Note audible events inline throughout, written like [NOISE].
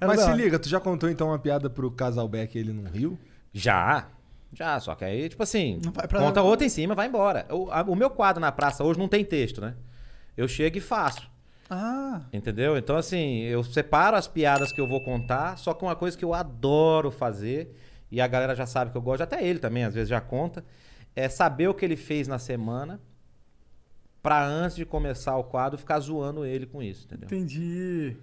Mas da se hora. liga, tu já contou então uma piada pro Casalbeck e ele não riu? Já. Já, só que aí, tipo assim, Não vai pra- conta outra em cima, vai embora. O, a- o meu quadro na praça hoje não tem texto, né? Eu chego e faço, Ah, entendeu? Então, assim, eu separo as piadas que eu vou contar, só que uma coisa que eu adoro fazer, e a galera já sabe que eu gosto, até ele também às vezes já conta, é saber o que ele fez na semana pra antes de começar o quadro ficar zoando ele com isso, entendeu? entendi.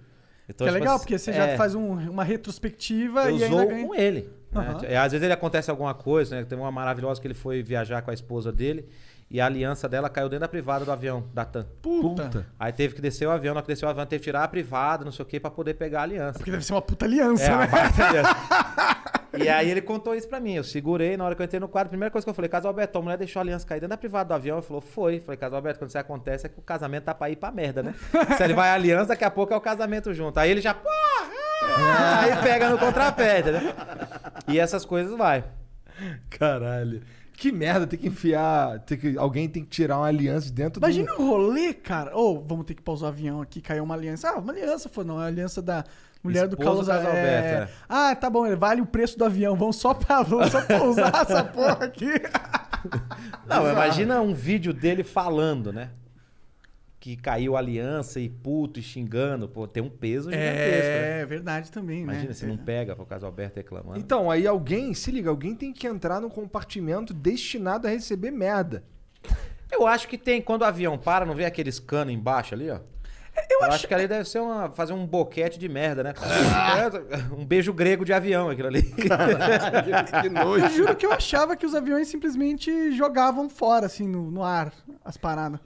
Então, Que é tipo legal, assim, porque você é. já faz um- uma retrospectiva Eu e ainda zoo ganha. com ele. né? Aham. E Às vezes ele acontece alguma coisa, né? Tem uma maravilhosa que ele foi viajar com a esposa dele e a aliança dela caiu dentro da privada do avião, da TAM. Puta. Aí teve que descer o avião, na hora que desceu o avião, teve que tirar a privada, não sei o quê, pra poder pegar a aliança. Porque deve ser uma puta aliança, É, a né? baita aliança. [LAUGHS] E aí ele contou isso pra mim. Eu segurei, na hora que eu entrei no quadro, a primeira coisa que eu falei, Casalberto, a mulher deixou a aliança cair dentro da privada do avião. Ele falou, foi. Eu falei, Casalberto, quando isso acontece é que o casamento tá pra ir pra [LAUGHS] merda, né? Se ele vai à aliança, daqui a pouco é o casamento junto. Aí ele já, porra! Ah. Aí pega no contrapé, né? E essas coisas vai. Caralho. Que merda, tem que enfiar. Tem que, alguém tem que tirar uma aliança de dentro Imagina do. o rolê, cara. Ou vamos ter que pausar o avião aqui, caiu uma aliança. Ah, uma aliança, foi não, é a aliança da mulher do Esposa Carlos do Carlos é... Alberto, é. Ah, tá bom, vale o preço do avião. Vamos só pra vamos só [LAUGHS] pousar essa porra aqui. Não, imagina um vídeo dele falando, né? Que caiu a aliança e puto e xingando. Pô, tem um peso gigantesco. né? É, verdade também, Imagina né? se não pega pro Casalberto reclamando. Então, aí alguém, se liga, alguém tem que entrar num compartimento destinado a receber [LAUGHS] merda. Eu acho que tem, quando o avião para, não vê aqueles canos embaixo ali, ó? Eu, acho... que ali deve ser uma, fazer um boquete de [LAUGHS] merda, né? É, um beijo grego de avião, aquilo ali. que nojo. Eu [LAUGHS] juro que eu achava que os aviões simplesmente jogavam fora, assim, no, no ar, as paradas.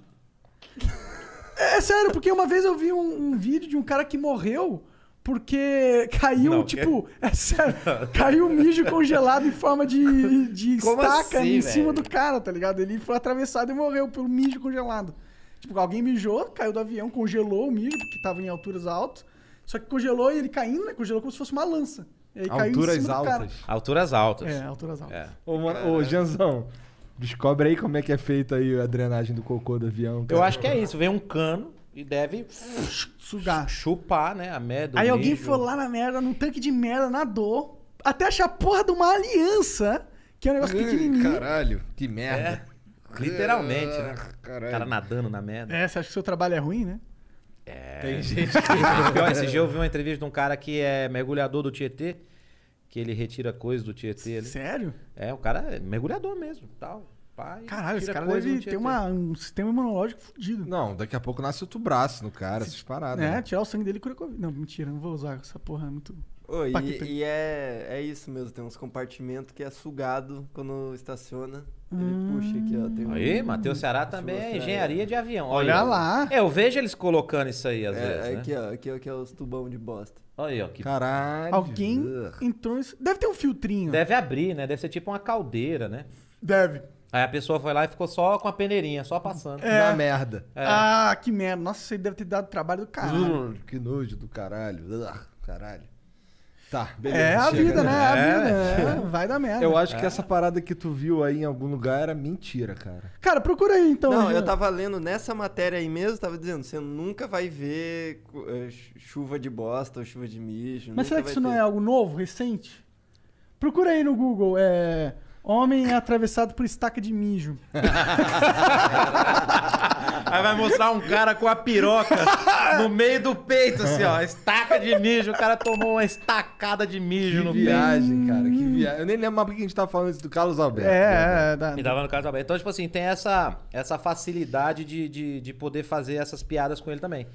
É sério, porque uma vez eu vi um, um vídeo de um cara que morreu porque caiu, Não, tipo, é sério, caiu um mijo congelado em forma de, de Como estaca assim, em cima velho? do cara, tá ligado? Ele foi atravessado e morreu pelo mijo congelado. Tipo, alguém mijou, caiu do avião, congelou o mijo, porque tava em alturas altas. Só que congelou e ele caindo, né? Congelou como se fosse uma lança. E aí caiu em Alturas cima altas. Alturas altas. do cara. É, alturas altas. É. Ô, mano, ô, Janzão, descobre aí como é que é feita aí a drenagem do cocô do avião. Eu acho que é isso. Vem um cano e deve Sugar. chupar, né? A merda. o Aí alguém mijo. foi lá na merda, num tanque de merda, nadou, até achar a porra de uma aliança, que é um negócio pequenininho. Caralho, que merda. É, Literalmente, né? Ah, O Caralho. cara nadando na merda. É, você acha que o seu trabalho é ruim, né? Tem [LAUGHS] gente que... [LAUGHS] Esse dia eu vi uma entrevista de um cara que é mergulhador do Tietê, que ele retira coisas do Tietê ali. Sério? É, o cara é mergulhador mesmo, tal. Pá, e Caralho, esse tira cara coisa do deve Tietê. ter uma- um sistema imunológico fudido. Não, daqui a pouco nasce outro braço no cara, essas paradas. É, né? tirar o sangue dele cura Covid. Não, mentira, não vou usar essa porra, é muito... Ô, e- Paquita. e é, é isso mesmo, tem uns compartimentos que é sugado quando estaciona. Ele Hum. puxa aqui, ó. Tem um- Aí, Hum, Matheus Ceará também Deixa eu é mostrar engenharia de avião. Olha aí, ó. lá. É, eu vejo eles colocando isso aí às vezes, É, né? aqui, ó, aqui, ó, que é os tubão de bosta. Olha aí, ó. que Caralho. Alguém entrou nesse... Deve ter um filtrinho. Deve abrir, né? Deve ser tipo uma caldeira, né? Deve. Aí a pessoa foi lá e ficou só com a peneirinha, só passando. Na merda. Ah, que merda. Nossa, isso aí deve ter dado trabalho do caralho. Ur, que nojo do caralho. Ur, caralho. Tá, beleza. É a chega, vida, né? É a vida. é. Vai dar merda. Eu acho que essa parada que tu viu aí em algum lugar era mentira, cara. Cara, procura aí, então. Não, Jean. eu tava lendo nessa matéria aí mesmo, tava dizendo, você nunca vai ver cu- eh, chu- chuva de bosta ou chuva de mijo. Mas nunca será que vai isso não ter. é algo novo, recente? Procura aí no Google, é. Homem atravessado por estaca de mijo. Aí vai mostrar um cara com a piroca [LAUGHS] no meio do peito, assim, ó. Estaca de mijo. O cara tomou uma estacada de mijo Que no peito. viagem, cara, que viagem. Eu nem lembro mais porque a gente tava falando isso do Carlos Alberto. né? É, é, da- Me dava no caso aberto. Então, tipo assim, tem essa, essa facilidade de, de, de poder fazer essas piadas com ele também.